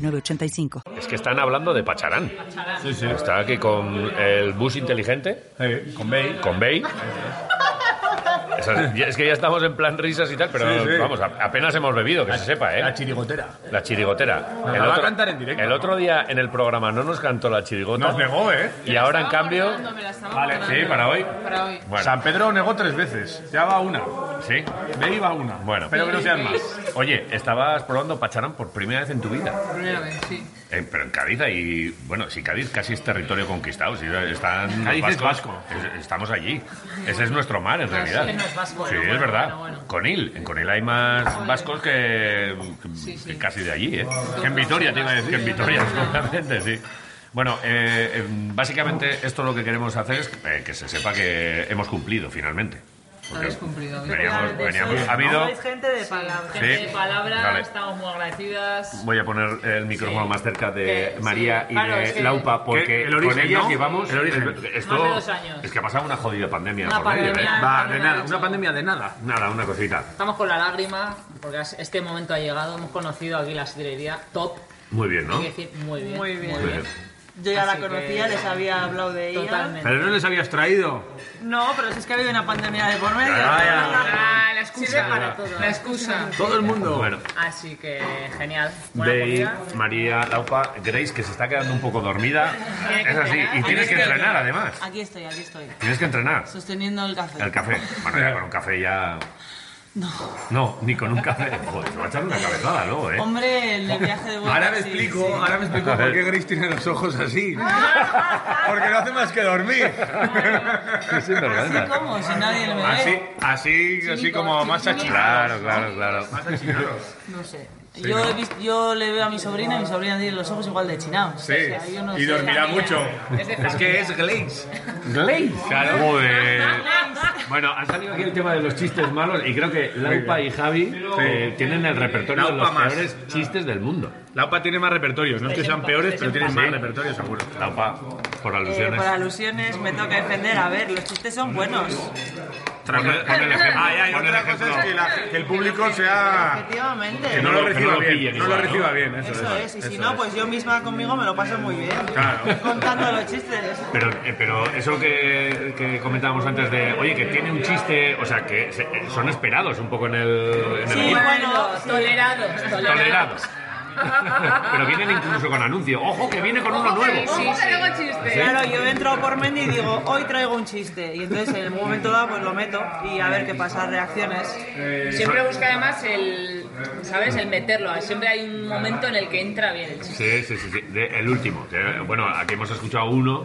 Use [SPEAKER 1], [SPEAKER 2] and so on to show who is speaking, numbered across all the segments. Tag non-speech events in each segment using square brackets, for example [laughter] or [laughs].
[SPEAKER 1] 985.
[SPEAKER 2] Es que están hablando de Pacharán.
[SPEAKER 3] Sí, sí.
[SPEAKER 2] Está aquí con el bus inteligente,
[SPEAKER 3] Sí, con Bey.
[SPEAKER 2] con Bay. Esas- ya- Es que ya estamos en plan risas y tal, pero
[SPEAKER 3] Sí, sí.
[SPEAKER 2] vamos, a- apenas hemos bebido, que se sepa, ¿eh?
[SPEAKER 3] La chirigotera.
[SPEAKER 2] La chirigotera.
[SPEAKER 3] la va a cantar en directo,
[SPEAKER 2] El
[SPEAKER 3] ¿no?
[SPEAKER 2] otro día en el programa no nos cantó la chirigota.
[SPEAKER 3] Nos negó, ¿eh?
[SPEAKER 2] y ahora, en cambio.
[SPEAKER 3] Vale,
[SPEAKER 2] Sí, para hoy.
[SPEAKER 4] Para hoy.
[SPEAKER 2] Bueno,
[SPEAKER 3] San Pedro negó tres veces. Ya va una.
[SPEAKER 2] sí.
[SPEAKER 3] Bey va una.
[SPEAKER 2] Bueno.
[SPEAKER 3] Pero que no sean más.
[SPEAKER 2] Oye, estabas probando Pacharán por primera vez en tu vida.
[SPEAKER 4] Primera vez, sí.
[SPEAKER 2] Eh, pero en Cádiz y bueno, si Cádiz casi es territorio conquistado, si están los
[SPEAKER 3] Cádiz es
[SPEAKER 2] vascos,
[SPEAKER 3] vasco.
[SPEAKER 2] es- estamos allí. Ese es nuestro mar en realidad.
[SPEAKER 4] que Ah, no es vasco,
[SPEAKER 2] sí,
[SPEAKER 4] bueno,
[SPEAKER 2] es
[SPEAKER 4] bueno,
[SPEAKER 2] verdad.
[SPEAKER 4] bueno, bueno.
[SPEAKER 2] Conil, en Conil hay más vascos que, que-
[SPEAKER 4] Sí, sí.
[SPEAKER 2] que casi de allí, ¿eh?
[SPEAKER 3] Que en Vitoria, te iba a decir.
[SPEAKER 2] Que en Vitoria, seguramente, sí. Bueno, eh, em, básicamente esto lo que queremos hacer es eh, que se sepa que hemos cumplido finalmente. Porque
[SPEAKER 4] Habéis cumplido.
[SPEAKER 2] Veníamos,
[SPEAKER 5] Claramente,
[SPEAKER 2] veníamos-
[SPEAKER 5] sois-
[SPEAKER 2] ha habido,
[SPEAKER 5] sois gente de palabra.
[SPEAKER 4] Gente
[SPEAKER 2] Sí.
[SPEAKER 4] de palabra,
[SPEAKER 2] Vale.
[SPEAKER 4] estamos muy agradecidas.
[SPEAKER 2] Voy a poner el micrófono
[SPEAKER 4] Sí.
[SPEAKER 2] más cerca de
[SPEAKER 4] Que-
[SPEAKER 2] María
[SPEAKER 4] sí.
[SPEAKER 2] y
[SPEAKER 4] Claro,
[SPEAKER 2] de
[SPEAKER 4] es que-
[SPEAKER 2] Laupa,
[SPEAKER 3] Que
[SPEAKER 2] porque
[SPEAKER 3] el origen,
[SPEAKER 2] con ellas
[SPEAKER 3] ¿no?
[SPEAKER 2] llevamos.
[SPEAKER 3] El origen.
[SPEAKER 2] Esto,
[SPEAKER 4] Más de dos años.
[SPEAKER 2] Es que ha pasado una jodida pandemia
[SPEAKER 4] Una
[SPEAKER 2] por medio,
[SPEAKER 4] pandemia.
[SPEAKER 2] ¿eh?
[SPEAKER 3] Va, de nada. Una pandemia de nada.
[SPEAKER 2] Nada, una cosita.
[SPEAKER 4] Estamos con la lágrima, porque has- este momento ha llegado. Hemos conocido aquí la sidrería top.
[SPEAKER 2] Muy bien, ¿no?
[SPEAKER 4] Hay que decir, muy bien.
[SPEAKER 5] Muy bien.
[SPEAKER 2] Muy bien.
[SPEAKER 5] Yo ya
[SPEAKER 4] Así
[SPEAKER 5] la conocía,
[SPEAKER 4] que-
[SPEAKER 5] les había hablado de ella.
[SPEAKER 4] Totalmente.
[SPEAKER 3] Pero no les habías traído.
[SPEAKER 5] No, pero si es que ha habido una pandemia de por medio.
[SPEAKER 3] Vaya.
[SPEAKER 4] Ah, la excusa. para todo. La excusa.
[SPEAKER 3] Todo el mundo.
[SPEAKER 2] Bueno,
[SPEAKER 4] Así que genial. Buena
[SPEAKER 2] Bey,
[SPEAKER 4] comida.
[SPEAKER 2] María, Laupa, Grace, que se está quedando un poco dormida.
[SPEAKER 4] Tiene que
[SPEAKER 2] Es así, y
[SPEAKER 4] entrenar.
[SPEAKER 2] tienes que entrenar además.
[SPEAKER 5] Aquí estoy, aquí estoy.
[SPEAKER 2] Tienes que entrenar.
[SPEAKER 5] Sosteniendo el café.
[SPEAKER 2] El café. Bueno, ya con un café ya. No. No, ni con un café. Joder, te va a echar una cabezada luego, ¿eh?
[SPEAKER 5] Hombre, el viaje de vuelta.
[SPEAKER 3] Ahora me
[SPEAKER 5] sí,
[SPEAKER 3] explico,
[SPEAKER 5] sí.
[SPEAKER 3] ahora me explico
[SPEAKER 2] A ver.
[SPEAKER 3] por qué Grace tiene los ojos así. Porque no hace más que dormir.
[SPEAKER 2] [laughs] Sí, pero
[SPEAKER 5] Así
[SPEAKER 2] anda.
[SPEAKER 5] como, si nadie le ve.
[SPEAKER 3] Así, así, así como más
[SPEAKER 2] Claro,
[SPEAKER 3] achinados.
[SPEAKER 2] claro, claro.
[SPEAKER 5] No sé. yo, he visto- yo le veo a mi sobrina y mi sobrina tiene los ojos igual de chinados.
[SPEAKER 3] Sí,
[SPEAKER 5] O sea, yo no
[SPEAKER 3] y
[SPEAKER 5] sé.
[SPEAKER 3] dormirá mucho.
[SPEAKER 4] Es de
[SPEAKER 3] Es que es Glaze.
[SPEAKER 2] ¿Glaze? Joder. Bueno, ha salido aquí el tema de los chistes malos y creo que Laupa y Javi eh, tienen el repertorio de los
[SPEAKER 3] Laupa más.
[SPEAKER 2] peores chistes del mundo.
[SPEAKER 3] La OPA tiene más repertorios, no es que sean peores, pero tienen más
[SPEAKER 2] Sí.
[SPEAKER 3] repertorios seguro.
[SPEAKER 2] Laupa, por
[SPEAKER 5] Eh,
[SPEAKER 2] alusiones.
[SPEAKER 5] por alusiones me toca defender. A ver, los chistes son buenos.
[SPEAKER 2] Pon el- pon el ejemplo,
[SPEAKER 3] Ah, ya, y
[SPEAKER 2] pon el
[SPEAKER 3] otra cosa
[SPEAKER 2] ejemplo.
[SPEAKER 3] es que, la- que el público sea...
[SPEAKER 5] Efectivamente.
[SPEAKER 3] Ah. Que no lo
[SPEAKER 2] Que no
[SPEAKER 3] reciba
[SPEAKER 2] lo pillen
[SPEAKER 3] bien, no lo
[SPEAKER 2] igual, ¿no?
[SPEAKER 3] reciba bien, eso
[SPEAKER 5] Eso
[SPEAKER 3] es.
[SPEAKER 5] es, y si no, pues yo misma conmigo me lo paso muy bien.
[SPEAKER 3] Claro.
[SPEAKER 5] Contando los chistes.
[SPEAKER 2] Pero, eh, pero eso que, que comentábamos antes de, oye, que tiene un chiste, o sea, que se- eh, son esperados un poco en el, en el
[SPEAKER 5] Sí,
[SPEAKER 2] equipo.
[SPEAKER 5] bueno, sí.
[SPEAKER 4] tolerados,
[SPEAKER 3] [laughs]
[SPEAKER 2] tolerados. pero vienen incluso con anuncio. ¡Ojo, que viene con uno nuevo!
[SPEAKER 5] Claro, yo entro por Mendy y digo, hoy traigo un chiste. Y entonces en un momento dado pues lo meto y a ver qué pasa, reacciones.
[SPEAKER 4] Siempre busca además el, ¿sabes? El meterlo. Siempre hay un momento en el que entra bien el
[SPEAKER 2] Sí,
[SPEAKER 4] chiste.
[SPEAKER 2] sí, sí, sí. De- el último. que, bueno, aquí hemos escuchado uno.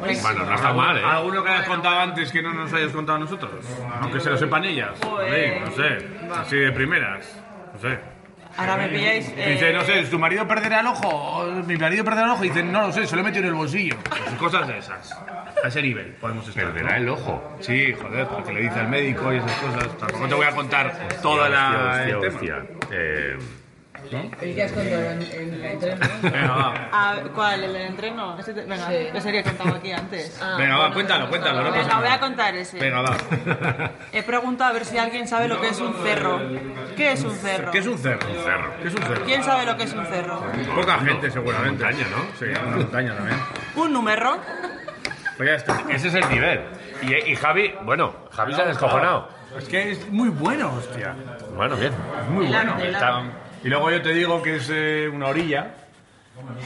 [SPEAKER 2] Bueno, no está mal, ¿eh?
[SPEAKER 3] ¿Alguno que hayas contado antes que no nos hayas contado a nosotros? Aunque se lo sepan ellas.
[SPEAKER 5] Joder.
[SPEAKER 3] Sí, no sé, así de primeras. No sé.
[SPEAKER 5] Ahora me pilláis... eh,
[SPEAKER 3] Dice, no sé, ¿tu marido perderá el ojo? O, Mi marido perderá el ojo. Y dice, no lo sé, se lo he metido en el bolsillo. Pues cosas de esas. A ese nivel podemos estar.
[SPEAKER 2] Perderá el ojo.
[SPEAKER 3] Sí, joder, porque le dice al médico y esas cosas. Tampoco te voy a contar toda la...
[SPEAKER 2] Hostia,
[SPEAKER 3] el tema.
[SPEAKER 2] hostia, hostia. Eh,
[SPEAKER 4] El que has contado en, en el tren, ¿no?
[SPEAKER 3] Venga, va.
[SPEAKER 5] a- ¿Cuál? ¿El del entreno? Ese te- Venga,
[SPEAKER 4] Sí.
[SPEAKER 5] os habría contado aquí antes.
[SPEAKER 3] [laughs] Venga, va, cuéntalo, cuéntalo. No
[SPEAKER 5] Venga,
[SPEAKER 3] pasa
[SPEAKER 5] voy a
[SPEAKER 3] nada.
[SPEAKER 5] contar ese.
[SPEAKER 3] Venga, va. [laughs]
[SPEAKER 5] He preguntado a ver si alguien sabe lo que es un cerro. ¿Qué es un cerro?
[SPEAKER 3] ¿Qué es un cerro? Un
[SPEAKER 2] cerro.
[SPEAKER 3] ¿Qué es un cerro?
[SPEAKER 5] ¿Quién sabe lo que es un cerro?
[SPEAKER 3] Poca gente, seguramente.
[SPEAKER 2] Una montaña, ¿no?
[SPEAKER 3] Sí, una montaña también.
[SPEAKER 5] Un número.
[SPEAKER 3] Pues ya está.
[SPEAKER 2] ese es el nivel. Y, y Javi, bueno, Javi se ha descojonado.
[SPEAKER 3] Es que es muy bueno, hostia.
[SPEAKER 2] Bueno, bien.
[SPEAKER 3] Es muy
[SPEAKER 5] Delante,
[SPEAKER 3] bueno.
[SPEAKER 5] delante.
[SPEAKER 3] Está- Y luego yo te digo que es eh, una orilla,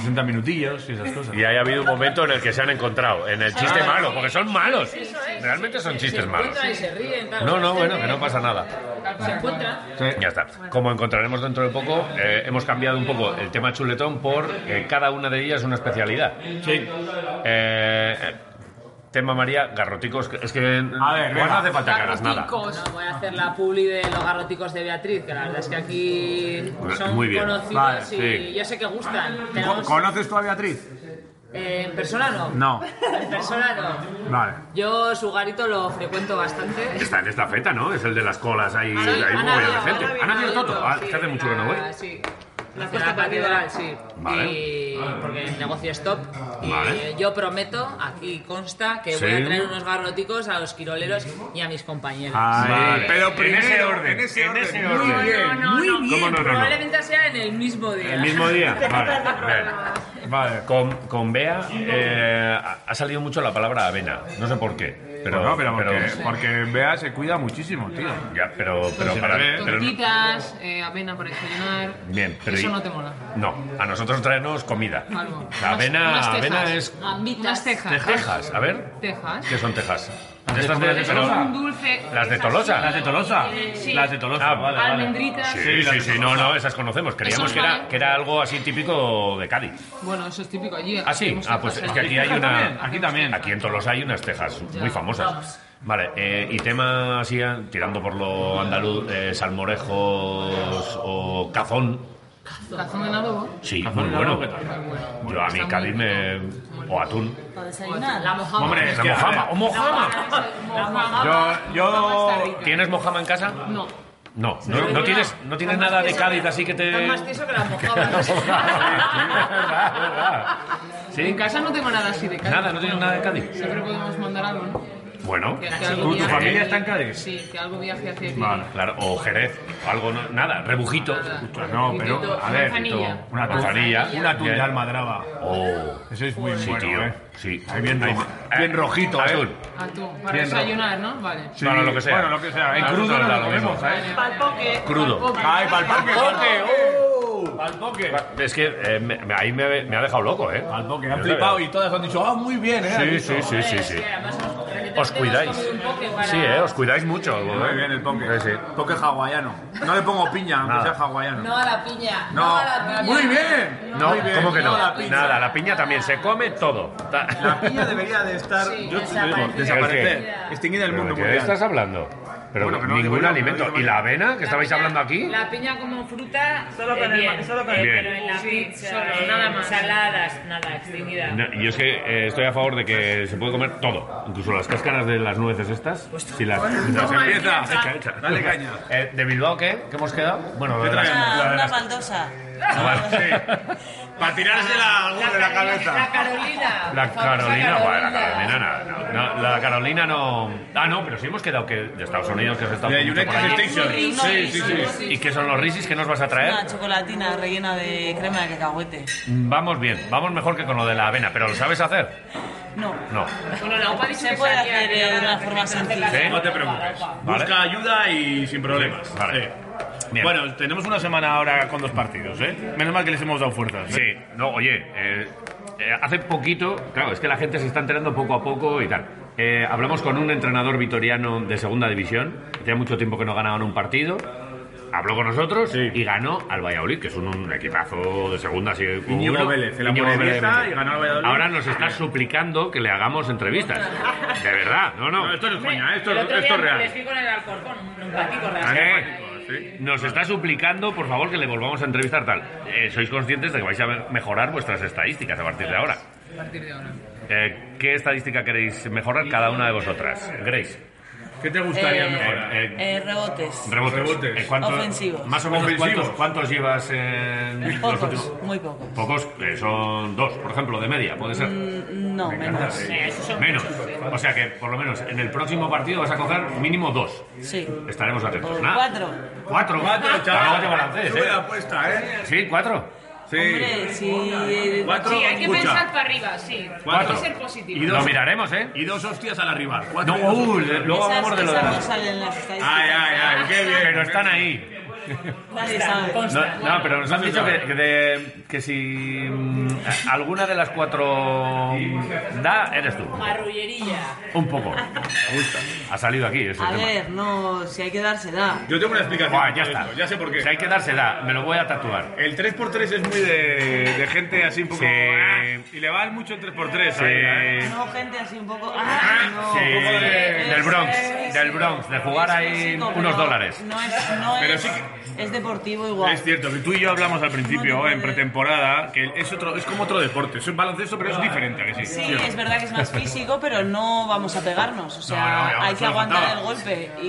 [SPEAKER 3] 60 minutillos y esas cosas.
[SPEAKER 2] Y ahí ha habido un momento en el que se han encontrado, en el chiste
[SPEAKER 3] Ah,
[SPEAKER 2] malo, porque son malos. Realmente son
[SPEAKER 4] Se
[SPEAKER 2] chistes malos.
[SPEAKER 4] encuentran y se ríen. claro.
[SPEAKER 2] No, no, bueno, que no pasa nada.
[SPEAKER 4] Se encuentran.
[SPEAKER 2] Ya está. Como encontraremos dentro de poco, eh, hemos cambiado un poco el tema chuletón por eh, cada una de ellas una especialidad.
[SPEAKER 3] Sí.
[SPEAKER 2] Eh, Tema María, garroticos. que- Es que
[SPEAKER 3] A ver,
[SPEAKER 2] no
[SPEAKER 3] venga.
[SPEAKER 2] hace falta que hagas nada.
[SPEAKER 4] Bueno, voy a hacer la publi de los garroticos de Beatriz, que la verdad es que aquí son
[SPEAKER 2] Pues, Muy bien.
[SPEAKER 4] conocidos
[SPEAKER 3] Vale,
[SPEAKER 4] y
[SPEAKER 2] sí.
[SPEAKER 4] yo sé que gustan.
[SPEAKER 3] ¿Co-
[SPEAKER 4] Tenemos-
[SPEAKER 3] ¿Conoces tú a Beatriz?
[SPEAKER 4] eh, en persona no.
[SPEAKER 3] No.
[SPEAKER 4] [laughs] En persona no.
[SPEAKER 3] Vale.
[SPEAKER 4] Yo su garito lo frecuento bastante.
[SPEAKER 2] Está en esta feta, ¿no? Es el de las colas, ahí
[SPEAKER 4] Sí,
[SPEAKER 2] hay un mogollón
[SPEAKER 4] han
[SPEAKER 2] de
[SPEAKER 4] habido-
[SPEAKER 2] gente.
[SPEAKER 4] han
[SPEAKER 2] ¿Han
[SPEAKER 4] habido
[SPEAKER 2] nacido Toto? Ah,
[SPEAKER 4] sí,
[SPEAKER 2] que hace
[SPEAKER 4] de
[SPEAKER 2] mucho que no voy.
[SPEAKER 4] la- Sí.
[SPEAKER 5] La
[SPEAKER 4] De
[SPEAKER 5] fiesta
[SPEAKER 4] la catedral, sí.
[SPEAKER 2] Vale.
[SPEAKER 4] Y porque el negocio es top. Y eh,
[SPEAKER 2] Vale.
[SPEAKER 4] yo prometo, aquí consta, que
[SPEAKER 2] Sí.
[SPEAKER 4] voy a traer unos garroticos a los quiroleros y en ese orden. No, no, no, no, no, no, no, no, no, no, no, no, no, no, no, no, no, no, compañeros.
[SPEAKER 3] Ay,
[SPEAKER 2] Vale.
[SPEAKER 3] Pero
[SPEAKER 2] En
[SPEAKER 3] primero,
[SPEAKER 2] ese orden,
[SPEAKER 3] En ese
[SPEAKER 2] en
[SPEAKER 3] orden.
[SPEAKER 2] ese
[SPEAKER 3] Muy
[SPEAKER 2] orden.
[SPEAKER 3] bien.
[SPEAKER 2] bien. ¿Cómo no, no, no?
[SPEAKER 4] Probablemente sea en el mismo día.
[SPEAKER 2] ¿El mismo día? ¿eh?
[SPEAKER 5] quitas de
[SPEAKER 2] Vale. Vale. Con, con Bea eh, ha- ha salido mucho la palabra avena. No sé por qué. Pero,
[SPEAKER 3] Bueno, Pues pero porque, porque Bea se cuida muchísimo, tío.
[SPEAKER 2] ya, pero, pero para.
[SPEAKER 3] ve.
[SPEAKER 2] pero no-
[SPEAKER 6] Tortitas, eh, avena para desayunar.
[SPEAKER 2] Bien, pero
[SPEAKER 6] Eso
[SPEAKER 2] y-
[SPEAKER 6] no te mola.
[SPEAKER 2] No, a nosotros traernos comida.
[SPEAKER 6] Algo.
[SPEAKER 2] La avena,
[SPEAKER 6] Unas- unas
[SPEAKER 2] avena
[SPEAKER 6] tejas.
[SPEAKER 2] es
[SPEAKER 6] Gambitas. Unas tejas.
[SPEAKER 2] de Texas. A ver,
[SPEAKER 6] Tejas.
[SPEAKER 2] ¿qué son Texas?
[SPEAKER 7] de-
[SPEAKER 2] Estas de-
[SPEAKER 7] de
[SPEAKER 2] pero-
[SPEAKER 7] Tolosa?
[SPEAKER 6] Un dulce.
[SPEAKER 2] ¿Las de
[SPEAKER 6] es así.
[SPEAKER 2] Tolosa?
[SPEAKER 7] ¿Las de Tolosa?
[SPEAKER 6] Eh, sí.
[SPEAKER 7] Las de Tolosa,
[SPEAKER 2] Ah,
[SPEAKER 7] vale, vale.
[SPEAKER 6] Almendritas.
[SPEAKER 2] Sí,
[SPEAKER 7] las
[SPEAKER 2] sí,
[SPEAKER 7] de
[SPEAKER 2] sí, no, no, esas conocemos. Creíamos
[SPEAKER 6] Esas
[SPEAKER 2] que era,
[SPEAKER 6] vale.
[SPEAKER 2] que era algo así típico de Cádiz.
[SPEAKER 6] Bueno, eso es típico allí.
[SPEAKER 2] Ah, sí,
[SPEAKER 6] Hacemos
[SPEAKER 2] ah, pues
[SPEAKER 6] tejas
[SPEAKER 2] es que aquí
[SPEAKER 6] allí.
[SPEAKER 2] hay
[SPEAKER 7] también,
[SPEAKER 2] una.
[SPEAKER 7] aquí también.
[SPEAKER 2] Aquí en Tolosa hay unas tejas muy
[SPEAKER 6] Ya.
[SPEAKER 2] famosas. Vale, eh, y tema así, ah, tirando por lo andaluz, eh, salmorejos o cazón.
[SPEAKER 6] Cazón en adobo.
[SPEAKER 2] Sí,
[SPEAKER 7] Cazón
[SPEAKER 2] muy
[SPEAKER 7] en
[SPEAKER 2] bueno.
[SPEAKER 7] adobo, ¿qué tal?
[SPEAKER 2] Yo a mí
[SPEAKER 6] Está
[SPEAKER 2] Cádiz
[SPEAKER 6] muy Ah.
[SPEAKER 2] me. o atún.
[SPEAKER 8] Para desayunar.
[SPEAKER 6] La mojama.
[SPEAKER 7] Hombre,
[SPEAKER 2] La
[SPEAKER 7] que, a
[SPEAKER 2] mojama,
[SPEAKER 7] ver.
[SPEAKER 2] o mojama.
[SPEAKER 6] La mojama.
[SPEAKER 3] Yo- yo-
[SPEAKER 6] La mojama está rica.
[SPEAKER 2] ¿Tienes mojama en casa?
[SPEAKER 6] No.
[SPEAKER 2] No, no, no tienes, no tienes nada de Cádiz así que te.
[SPEAKER 4] más
[SPEAKER 2] [laughs]
[SPEAKER 4] tieso que las
[SPEAKER 2] eh, Sí, es verdad, es
[SPEAKER 4] mojadas.
[SPEAKER 2] verdad.
[SPEAKER 6] En
[SPEAKER 2] Sí,
[SPEAKER 6] casa no tengo nada así de Cádiz.
[SPEAKER 2] nada, no tienes nada de Cádiz.
[SPEAKER 6] Siempre podemos mandar algo, ¿no?
[SPEAKER 2] Bueno,
[SPEAKER 6] Que- que algo
[SPEAKER 7] ¿Tu, tu
[SPEAKER 6] viaje-
[SPEAKER 7] familia está en Cádiz?
[SPEAKER 6] Sí, que algo viaje hacia ti.
[SPEAKER 3] Vale.
[SPEAKER 2] claro, o Jerez, o algo, no- nada, rebujito.
[SPEAKER 3] Ostras, Pues no, pero, a ver.
[SPEAKER 6] Manzanilla.
[SPEAKER 3] Una
[SPEAKER 2] atún. Manzanilla.
[SPEAKER 3] Un atún de
[SPEAKER 2] Bien.
[SPEAKER 3] almadraba.
[SPEAKER 2] Oh,
[SPEAKER 3] Eso es muy
[SPEAKER 2] sí,
[SPEAKER 3] bueno,
[SPEAKER 2] tío.
[SPEAKER 3] ¿eh?
[SPEAKER 2] Sí,
[SPEAKER 3] Ahí bien
[SPEAKER 2] Ahí-
[SPEAKER 3] rojo.
[SPEAKER 2] eh,
[SPEAKER 3] Bien rojito, ¿eh?
[SPEAKER 2] Azul.
[SPEAKER 6] Atún. Para
[SPEAKER 3] Bien
[SPEAKER 6] desayunar, ¿no? Vale.
[SPEAKER 3] Sí,
[SPEAKER 2] Bueno, lo que sea.
[SPEAKER 3] Bueno, lo que sea. En
[SPEAKER 2] Claro,
[SPEAKER 3] crudo
[SPEAKER 2] da
[SPEAKER 3] no
[SPEAKER 2] lo
[SPEAKER 3] lo comemos,
[SPEAKER 2] mismo.
[SPEAKER 3] ¿eh?
[SPEAKER 5] Palpoque.
[SPEAKER 2] Crudo.
[SPEAKER 6] Tampoco.
[SPEAKER 3] ¡Ay, palpoque!
[SPEAKER 2] ¡Palpoque!
[SPEAKER 3] ¡Oh! ¡Palpoque!
[SPEAKER 2] Es que eh, me- me- ahí me, me ha dejado loco, ¿eh?
[SPEAKER 3] Palpoque, han
[SPEAKER 2] Yo
[SPEAKER 3] flipado
[SPEAKER 2] de
[SPEAKER 3] y todas han dicho, ¡ah, muy bien, eh!
[SPEAKER 2] verdad. Sí, sí, sí, sí, sí. Os cuidáis. Sí, eh, os cuidáis mucho.
[SPEAKER 3] Muy bien el poke.
[SPEAKER 2] Sí, sí.
[SPEAKER 3] Poke hawaiano. No le pongo piña, aunque
[SPEAKER 2] Nada.
[SPEAKER 3] sea hawaiano.
[SPEAKER 4] No a la piña.
[SPEAKER 3] No.
[SPEAKER 4] No a la piña.
[SPEAKER 3] Muy bien.
[SPEAKER 2] No,
[SPEAKER 3] Muy bien.
[SPEAKER 2] ¿cómo que no?
[SPEAKER 3] la piña.
[SPEAKER 2] Nada, la piña también se come todo. Ta-
[SPEAKER 3] La piña debería de estar yo te digo,
[SPEAKER 2] ¿El
[SPEAKER 3] desaparecer,
[SPEAKER 2] qué?
[SPEAKER 3] extinguida del
[SPEAKER 2] [laughs] ¿Pero
[SPEAKER 3] mundo
[SPEAKER 2] ¿De qué estás
[SPEAKER 3] mundial.
[SPEAKER 2] hablando? Pero
[SPEAKER 3] Bueno, que no, digo
[SPEAKER 2] ningún
[SPEAKER 3] yo,
[SPEAKER 2] alimento.
[SPEAKER 3] que no, digo
[SPEAKER 2] ¿Y
[SPEAKER 3] yo.
[SPEAKER 2] la avena que estabais
[SPEAKER 4] La piña-
[SPEAKER 2] hablando aquí?
[SPEAKER 4] La piña como fruta.
[SPEAKER 5] Solo
[SPEAKER 4] eh,
[SPEAKER 5] con el
[SPEAKER 4] bien.
[SPEAKER 5] ma- solo con el-
[SPEAKER 4] Eh,
[SPEAKER 2] Bien.
[SPEAKER 4] Pero en la
[SPEAKER 5] Sí,
[SPEAKER 4] pizza,
[SPEAKER 6] solo,
[SPEAKER 4] eh,
[SPEAKER 6] nada más.
[SPEAKER 4] Ensaladas, nada, extinguida.
[SPEAKER 2] No, yo es que eh, estoy a favor de que se puede comer todo, incluso las cáscaras de las nueces estas.
[SPEAKER 4] Pues
[SPEAKER 2] si las, las
[SPEAKER 3] empieza.
[SPEAKER 2] Echa, echa.
[SPEAKER 3] Dale caña.
[SPEAKER 2] Eh, ¿De Bilbao qué? ¿Qué hemos quedado? Bueno, de las-
[SPEAKER 3] traigo?
[SPEAKER 2] la
[SPEAKER 8] Una,
[SPEAKER 2] de
[SPEAKER 8] una
[SPEAKER 2] las-
[SPEAKER 8] baldosa.
[SPEAKER 3] ¿Eh?
[SPEAKER 2] Ah, vale.
[SPEAKER 3] Para
[SPEAKER 6] Ah,
[SPEAKER 3] tirársela algo de la cabeza.
[SPEAKER 4] La Carolina.
[SPEAKER 2] La
[SPEAKER 4] famosa
[SPEAKER 2] Carolina, bueno, la Carolina, no, no, no, la Carolina no. Ah, no, pero sí hemos quedado que de Estados Unidos, que has estado
[SPEAKER 3] De
[SPEAKER 2] mucho por
[SPEAKER 3] United
[SPEAKER 2] allí.
[SPEAKER 3] Station.
[SPEAKER 8] Sí,
[SPEAKER 3] Sí, sí, sí.
[SPEAKER 2] ¿Y qué son los risis que nos vas a
[SPEAKER 8] Una
[SPEAKER 2] traer?
[SPEAKER 8] chocolatina rellena de crema de cacahuete.
[SPEAKER 2] Vamos bien, vamos mejor que con lo de la avena, pero ¿lo sabes hacer?
[SPEAKER 8] No.
[SPEAKER 2] No.
[SPEAKER 4] Bueno, la UPA dice
[SPEAKER 8] Se
[SPEAKER 4] que
[SPEAKER 8] puede
[SPEAKER 4] salía,
[SPEAKER 8] hacer
[SPEAKER 4] que
[SPEAKER 8] eh, de
[SPEAKER 4] era
[SPEAKER 8] una forma sencilla.
[SPEAKER 2] ¿Sí?
[SPEAKER 7] No te preocupes.
[SPEAKER 2] Vale.
[SPEAKER 7] Busca ayuda y sin problemas.
[SPEAKER 2] Vale.
[SPEAKER 7] Eh.
[SPEAKER 2] Bien.
[SPEAKER 7] Bueno, tenemos una semana ahora con dos partidos, ¿eh? Menos mal que les hemos dado fuerzas. ¿eh?
[SPEAKER 2] Sí, no, oye, eh, eh, hace poquito, claro, es que la gente se está enterando poco a poco y tal. Eh, hablamos con un entrenador vitoriano de segunda división, que tenía mucho tiempo que no ganaban un partido. Habló con nosotros y ganó al Valladolid, que es un, un equipazo de segunda. Así, como
[SPEAKER 3] Íñigo
[SPEAKER 2] uno.
[SPEAKER 3] Vélez, el
[SPEAKER 2] Íñigo
[SPEAKER 3] amorebieta,
[SPEAKER 2] Vélez.
[SPEAKER 3] y ganó al Valladolid.
[SPEAKER 2] Ahora nos está suplicando que le hagamos
[SPEAKER 4] [laughs]
[SPEAKER 2] entrevistas. De verdad, no, no.
[SPEAKER 3] No, esto no es coña, esto,
[SPEAKER 4] El otro
[SPEAKER 3] esto es
[SPEAKER 4] día me
[SPEAKER 3] real.
[SPEAKER 4] fui con el Alcorcón, un empatico
[SPEAKER 2] Ah,
[SPEAKER 4] realmente.
[SPEAKER 2] ¿eh? Nos está suplicando, por favor, que le volvamos a entrevistar tal. Eh, sois conscientes de que vais a me- mejorar vuestras estadísticas a partir de ahora.
[SPEAKER 6] A partir de ahora.
[SPEAKER 2] Eh, ¿Qué estadística queréis mejorar cada una de vosotras? Grace.
[SPEAKER 7] ¿Qué te gustaría
[SPEAKER 8] Eh,
[SPEAKER 7] mejorar?
[SPEAKER 2] Eh, eh,
[SPEAKER 8] Eh, rebotes.
[SPEAKER 2] rebotes.
[SPEAKER 3] Rebotes.
[SPEAKER 2] Eh, ¿cuánto-
[SPEAKER 8] Ofensivos.
[SPEAKER 2] Más o menos
[SPEAKER 3] Ofensivos.
[SPEAKER 2] cuántos, cuántos llevas en los últimos.
[SPEAKER 8] Pocos, muy pocos.
[SPEAKER 2] Pocos, eh, son dos, por ejemplo, de media, puede ser. eh,
[SPEAKER 8] No, menos.
[SPEAKER 2] Menos. O sea que, por lo menos, en el próximo partido vas a coger mínimo dos.
[SPEAKER 8] Sí.
[SPEAKER 2] Estaremos atentos.
[SPEAKER 8] O
[SPEAKER 2] Nada.
[SPEAKER 8] cuatro.
[SPEAKER 2] Cuatro.
[SPEAKER 7] eh,
[SPEAKER 3] Cuatro,
[SPEAKER 2] Tampoco
[SPEAKER 3] chaval.
[SPEAKER 2] te balancees,
[SPEAKER 3] Sube
[SPEAKER 2] ¿eh?
[SPEAKER 3] la apuesta, ¿eh?
[SPEAKER 2] Sí, cuatro.
[SPEAKER 3] Sí.
[SPEAKER 8] Hombre, sí. eh,
[SPEAKER 3] Cuatro,
[SPEAKER 6] Sí, hay que
[SPEAKER 3] escucha.
[SPEAKER 6] pensar para arriba, sí.
[SPEAKER 2] Cuatro.
[SPEAKER 6] Hay que ser positivo.
[SPEAKER 2] Y Lo miraremos, ¿eh?
[SPEAKER 3] Y dos hostias al rival. Cuatro
[SPEAKER 2] No,
[SPEAKER 3] y dos
[SPEAKER 2] uh,
[SPEAKER 3] hostias.
[SPEAKER 2] luego
[SPEAKER 8] esas-
[SPEAKER 2] hablamos de lo
[SPEAKER 8] esas no
[SPEAKER 2] demás.
[SPEAKER 8] salen en las
[SPEAKER 3] Ay,
[SPEAKER 8] estadísticas.
[SPEAKER 3] ay, ay, qué bien.
[SPEAKER 2] Pero están ahí.
[SPEAKER 8] Nadie sabe.
[SPEAKER 2] No, no, pero nos han dicho que, que de- que si mm, alguna de las cuatro da, eres tú.
[SPEAKER 8] Marrullería.
[SPEAKER 2] Un poco. Me gusta. Ha salido aquí ese
[SPEAKER 5] A
[SPEAKER 2] tema.
[SPEAKER 5] ver, no, si hay que darse, da.
[SPEAKER 3] Yo tengo una explicación.
[SPEAKER 2] Buah,
[SPEAKER 3] para
[SPEAKER 2] ya
[SPEAKER 3] esto,
[SPEAKER 2] está.
[SPEAKER 3] Ya sé por qué.
[SPEAKER 2] Si hay que darse, da. Me lo voy a tatuar.
[SPEAKER 3] El 3x3 es muy de, de gente así un poco.
[SPEAKER 2] Sí.
[SPEAKER 3] "Ah", Y le va mucho el 3x3.
[SPEAKER 2] Sí.
[SPEAKER 3] ahí, ¿eh?
[SPEAKER 5] No, gente así un poco. ¡Ah! No,
[SPEAKER 2] Sí,
[SPEAKER 5] un poco de-
[SPEAKER 2] del Bronx,
[SPEAKER 5] es-
[SPEAKER 2] del Bronx, de jugar
[SPEAKER 5] es
[SPEAKER 2] ahí
[SPEAKER 5] físico,
[SPEAKER 2] unos
[SPEAKER 5] pero
[SPEAKER 2] dólares.
[SPEAKER 5] No es, no
[SPEAKER 3] Pero
[SPEAKER 5] es,
[SPEAKER 3] sí
[SPEAKER 5] es deportivo igual.
[SPEAKER 3] Es cierto, que tú y yo hablamos al
[SPEAKER 5] No
[SPEAKER 3] principio,
[SPEAKER 5] te
[SPEAKER 3] en
[SPEAKER 5] puedes.
[SPEAKER 3] pretemporada, que es otro, es como otro deporte. Es un baloncesto, pero es diferente, ¿a que sí?
[SPEAKER 5] Sí,
[SPEAKER 3] Tío.
[SPEAKER 5] es verdad que es más físico, pero no vamos a pegarnos. O sea,
[SPEAKER 3] No, no,
[SPEAKER 5] hay que
[SPEAKER 3] solo
[SPEAKER 5] aguantar
[SPEAKER 3] faltaba.
[SPEAKER 5] el golpe y,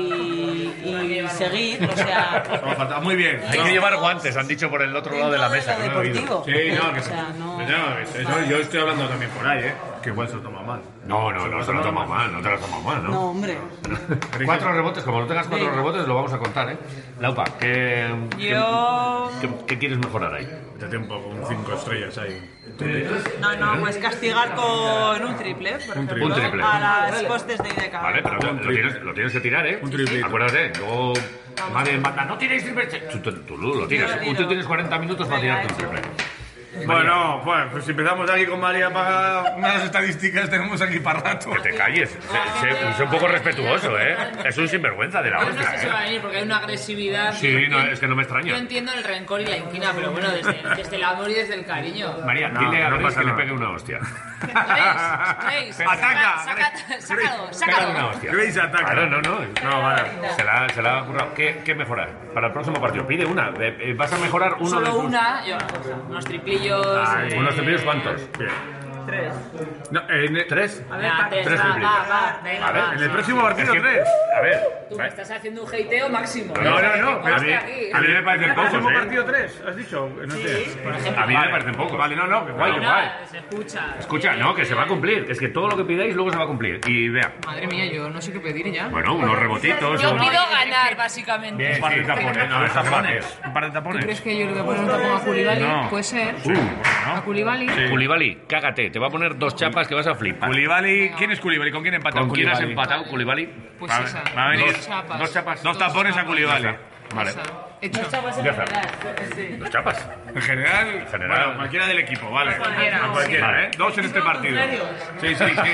[SPEAKER 5] y seguir. O
[SPEAKER 3] [laughs]
[SPEAKER 5] sea,
[SPEAKER 3] Solo falta- Muy bien.
[SPEAKER 2] Hay
[SPEAKER 3] No.
[SPEAKER 2] que llevar guantes, han dicho por el otro lado de la mesa.
[SPEAKER 5] Dentro de
[SPEAKER 2] que
[SPEAKER 5] lo
[SPEAKER 2] no he oído.
[SPEAKER 5] deportivo.
[SPEAKER 3] Sí, no, que
[SPEAKER 5] O sea, no-
[SPEAKER 3] Pero no, eso- eso- yo estoy hablando también por ahí, ¿eh? Que igual se lo toma mal.
[SPEAKER 2] No, no, no, te lo he tomado mal, no te lo he tomado mal, ¿no?
[SPEAKER 5] No, hombre.
[SPEAKER 2] Cuatro rebotes, como no tengas cuatro
[SPEAKER 5] Sí.
[SPEAKER 2] rebotes, lo vamos a contar, ¿eh? Laupa, ¿qué, qué-
[SPEAKER 5] Yo.
[SPEAKER 2] qué- qué quieres mejorar ahí?
[SPEAKER 3] Métete un poco, un 5 estrellas ahí.
[SPEAKER 5] No, no, pues castigar con un triple, por ejemplo,
[SPEAKER 2] Un triple.
[SPEAKER 5] a las costes de IDK.
[SPEAKER 2] Vale, pero lo tienes, lo tienes que tirar, ¿eh?
[SPEAKER 3] Un triplito.
[SPEAKER 2] Acuérdate, luego. Madre manda, no tiréis triple. Tú, tú- tú lo tiras.
[SPEAKER 5] Yo lo tiro.
[SPEAKER 2] Tú tienes 40 minutos para
[SPEAKER 5] Venga,
[SPEAKER 2] tirar tu triple.
[SPEAKER 3] Bueno, pues, pues si empezamos aquí con María Paga,
[SPEAKER 7] Unas estadísticas tenemos aquí para rato.
[SPEAKER 2] Que te calles. Sé, sé- sé un poco respetuoso, ¿eh? Es un sinvergüenza de la
[SPEAKER 6] Pero no sé si va
[SPEAKER 2] hostia,
[SPEAKER 6] a
[SPEAKER 2] ¿eh?
[SPEAKER 6] venir porque hay una agresividad.
[SPEAKER 2] Sí, no, es que no me
[SPEAKER 6] Yo
[SPEAKER 2] extraña.
[SPEAKER 6] entiendo el rencor y la inquina, pero bueno, desde, desde el amor y desde el cariño.
[SPEAKER 2] María,
[SPEAKER 3] No,
[SPEAKER 2] dile a
[SPEAKER 3] no
[SPEAKER 2] Grace
[SPEAKER 3] pasa
[SPEAKER 2] que le
[SPEAKER 3] nada.
[SPEAKER 2] pegue una hostia.
[SPEAKER 6] Grace, Grace,
[SPEAKER 3] Ataca,
[SPEAKER 6] saca-
[SPEAKER 3] Grace.
[SPEAKER 6] Sácalo,
[SPEAKER 2] Pégale una
[SPEAKER 6] sácalo.
[SPEAKER 2] hostia.
[SPEAKER 3] Grace ataca.
[SPEAKER 2] Claro, no, no.
[SPEAKER 3] No, vale.
[SPEAKER 2] Se la, se la ha currado. ¿Qué, qué mejorar? Para el próximo partido, pide una. Eh, eh, ¿Vas a mejorar uno de
[SPEAKER 6] Solo
[SPEAKER 2] tus-
[SPEAKER 6] una, yo, unos triplillos.
[SPEAKER 2] Ay,
[SPEAKER 6] eh,
[SPEAKER 2] ¿Unos templillos cuántos? eh,
[SPEAKER 3] Bien.
[SPEAKER 5] Tres.
[SPEAKER 3] No, en, el-
[SPEAKER 2] ¿Tres?
[SPEAKER 6] A ver, va,
[SPEAKER 2] Tres
[SPEAKER 6] va,
[SPEAKER 2] triplillos.
[SPEAKER 6] va, va, venga,
[SPEAKER 2] Vale,
[SPEAKER 6] va.
[SPEAKER 3] en el próximo partido,
[SPEAKER 2] Es que-
[SPEAKER 3] tres.
[SPEAKER 2] A ver.
[SPEAKER 6] Tú me estás haciendo un hateo máximo.
[SPEAKER 2] No, no,
[SPEAKER 3] no,
[SPEAKER 6] Que
[SPEAKER 3] pero
[SPEAKER 2] a mí-
[SPEAKER 6] conste aquí.
[SPEAKER 2] a mí me
[SPEAKER 3] ¿En
[SPEAKER 2] parecen
[SPEAKER 3] el
[SPEAKER 2] pocos,
[SPEAKER 3] próximo
[SPEAKER 2] ¿eh?
[SPEAKER 3] partido, tres? ¿Has dicho? No sé.
[SPEAKER 2] A mí me parecen pocos.
[SPEAKER 3] Vale, no, no, que guay, que
[SPEAKER 6] Nada,
[SPEAKER 3] guay.
[SPEAKER 6] se escucha.
[SPEAKER 2] Escucha, no, que se va a cumplir. Es que todo lo que pidáis luego se va a cumplir. Y vea,
[SPEAKER 6] Madre mía, yo no sé qué pedir ya.
[SPEAKER 2] bueno, unos rebotitos.
[SPEAKER 6] Yo
[SPEAKER 2] un-
[SPEAKER 6] pido ganar, básicamente.
[SPEAKER 2] Bien,
[SPEAKER 3] Un par de
[SPEAKER 2] sí.
[SPEAKER 3] tapones,
[SPEAKER 2] No,
[SPEAKER 3] no,
[SPEAKER 2] tapones.
[SPEAKER 3] tapones. Un par de
[SPEAKER 6] ¿Crees
[SPEAKER 3] tapones.
[SPEAKER 6] que yo le voy a poner un tapón a Culibali?
[SPEAKER 3] No.
[SPEAKER 6] Puede ser.
[SPEAKER 2] Uh,
[SPEAKER 6] A Culibali.
[SPEAKER 2] Culibali, cágate. Te va a poner dos chapas que vas a flipar.
[SPEAKER 3] Culibali, ¿quién es Culibali? ¿Con quién empata?
[SPEAKER 2] ¿Con quién has
[SPEAKER 3] Koulibaly?
[SPEAKER 2] empatado, Culibali?
[SPEAKER 6] Pues
[SPEAKER 3] Va-
[SPEAKER 6] esa.
[SPEAKER 3] va a venir
[SPEAKER 6] dos chapas.
[SPEAKER 2] dos chapas.
[SPEAKER 3] Dos tapones a
[SPEAKER 6] chapas.
[SPEAKER 3] Culibali.
[SPEAKER 2] Vale.
[SPEAKER 6] Esa. Hecho.
[SPEAKER 2] Ya está. Dos chapas.
[SPEAKER 3] En general,
[SPEAKER 2] general.
[SPEAKER 3] bueno, cualquiera del equipo, vale.
[SPEAKER 6] Cualquiera.
[SPEAKER 3] A cualquiera,
[SPEAKER 2] Vale.
[SPEAKER 3] ¿eh? Dos en este partido. Sí, sí, sí.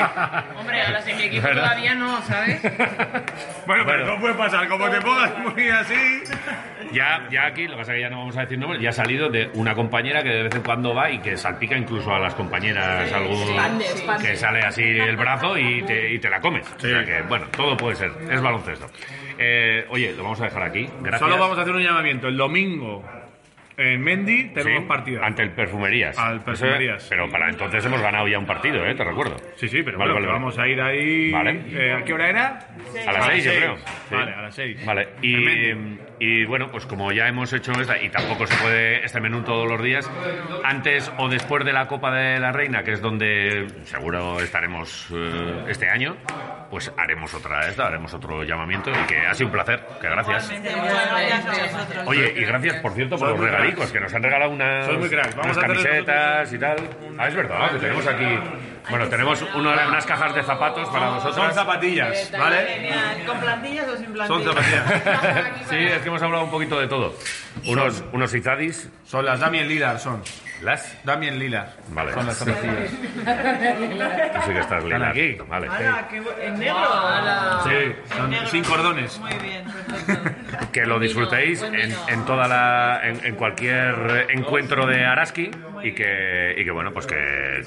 [SPEAKER 6] Hombre, a las de mi equipo
[SPEAKER 2] ¿Verdad?
[SPEAKER 6] todavía no, ¿sabes?
[SPEAKER 2] [laughs] Bueno.
[SPEAKER 3] Bueno, pero no puede pasar. Como te pongas muy así.
[SPEAKER 2] Ya, ya aquí, lo que pasa es que ya no vamos a decir nombres, ya ha salido de una compañera que de vez en cuando va y que salpica incluso a las compañeras algo
[SPEAKER 6] expande, expande.
[SPEAKER 2] que sale así el brazo y te, y te la comes. O sea que, bueno, todo puede ser, es baloncesto. Eh, oye, lo vamos a dejar aquí. Gracias.
[SPEAKER 3] Solo vamos a hacer un llamamiento. El domingo en Mendy tenemos
[SPEAKER 2] Sí,
[SPEAKER 3] partido.
[SPEAKER 2] Ante el Perfumerías.
[SPEAKER 3] Al Perfumerías.
[SPEAKER 2] Eso, pero para entonces hemos ganado ya un partido, ¿eh? Te recuerdo.
[SPEAKER 3] Sí, sí, pero
[SPEAKER 2] Vale,
[SPEAKER 3] bueno,
[SPEAKER 2] vale, vale.
[SPEAKER 3] vamos a ir ahí.
[SPEAKER 2] Vale.
[SPEAKER 3] eh, ¿A qué hora era?
[SPEAKER 2] A las seis, yo creo. Sí.
[SPEAKER 3] Vale, a las seis.
[SPEAKER 2] Vale, y, y bueno, pues como ya hemos hecho esta, y tampoco se puede este menú todos los días, antes o después de la Copa de la Reina, que es donde seguro estaremos eh, este año, pues haremos otra esta, haremos otro llamamiento y que ha sido un placer, que gracias.
[SPEAKER 5] Muchas gracias a vosotros.
[SPEAKER 2] Oye, y gracias, por cierto, por
[SPEAKER 3] Soy
[SPEAKER 2] los
[SPEAKER 3] muy
[SPEAKER 2] regalicos, que nos han regalado unas,
[SPEAKER 3] Soy muy crack.
[SPEAKER 2] unas
[SPEAKER 3] Vamos a hacer
[SPEAKER 2] camisetas y tal. Ah, es verdad, que tenemos aquí... Bueno, tenemos una- unas cajas de zapatos para
[SPEAKER 3] Son
[SPEAKER 2] vosotros.
[SPEAKER 3] zapatillas, ¿vale?
[SPEAKER 5] Genial. ¿Con plantillas o sin
[SPEAKER 3] [laughs] Son
[SPEAKER 5] plantillas?
[SPEAKER 3] zapatillas.
[SPEAKER 2] Sí, es que hemos hablado un poquito de todo. Unos, unos izadis,
[SPEAKER 3] Son las Damien Lillard, son.
[SPEAKER 2] las...
[SPEAKER 3] Damien Lillard.
[SPEAKER 2] Vale.
[SPEAKER 3] Son las zapatillas.
[SPEAKER 2] Tú sí que estás lila.
[SPEAKER 3] aquí.
[SPEAKER 2] Vale.
[SPEAKER 5] Ala, qué bu- en negro. Ala.
[SPEAKER 2] Sí.
[SPEAKER 3] Son
[SPEAKER 5] Negro.
[SPEAKER 3] sin cordones.
[SPEAKER 5] Muy bien, perfecto.
[SPEAKER 2] [laughs] Que lo disfrutéis
[SPEAKER 6] Buen
[SPEAKER 2] en,
[SPEAKER 6] vino.
[SPEAKER 2] en toda la en, en cualquier encuentro de Araski y que, y que bueno, pues que,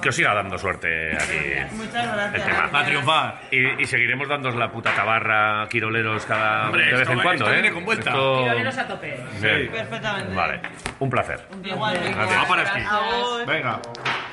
[SPEAKER 2] que os siga dando suerte aquí.
[SPEAKER 5] Muchas gracias.
[SPEAKER 2] El tema.
[SPEAKER 3] A triunfar.
[SPEAKER 2] Y, y seguiremos dándoos la puta tabarra quiroleros cada
[SPEAKER 3] Hombre,
[SPEAKER 2] de vez
[SPEAKER 3] esto-
[SPEAKER 2] en cuando,
[SPEAKER 3] esto
[SPEAKER 2] ¿eh?
[SPEAKER 3] viene con vuelta.
[SPEAKER 2] Esto-
[SPEAKER 6] Quiroleros a tope.
[SPEAKER 2] Bien.
[SPEAKER 5] Perfectamente.
[SPEAKER 2] Vale. Un placer.
[SPEAKER 5] Igual.
[SPEAKER 3] Va para aquí.
[SPEAKER 5] Agur.
[SPEAKER 3] Venga.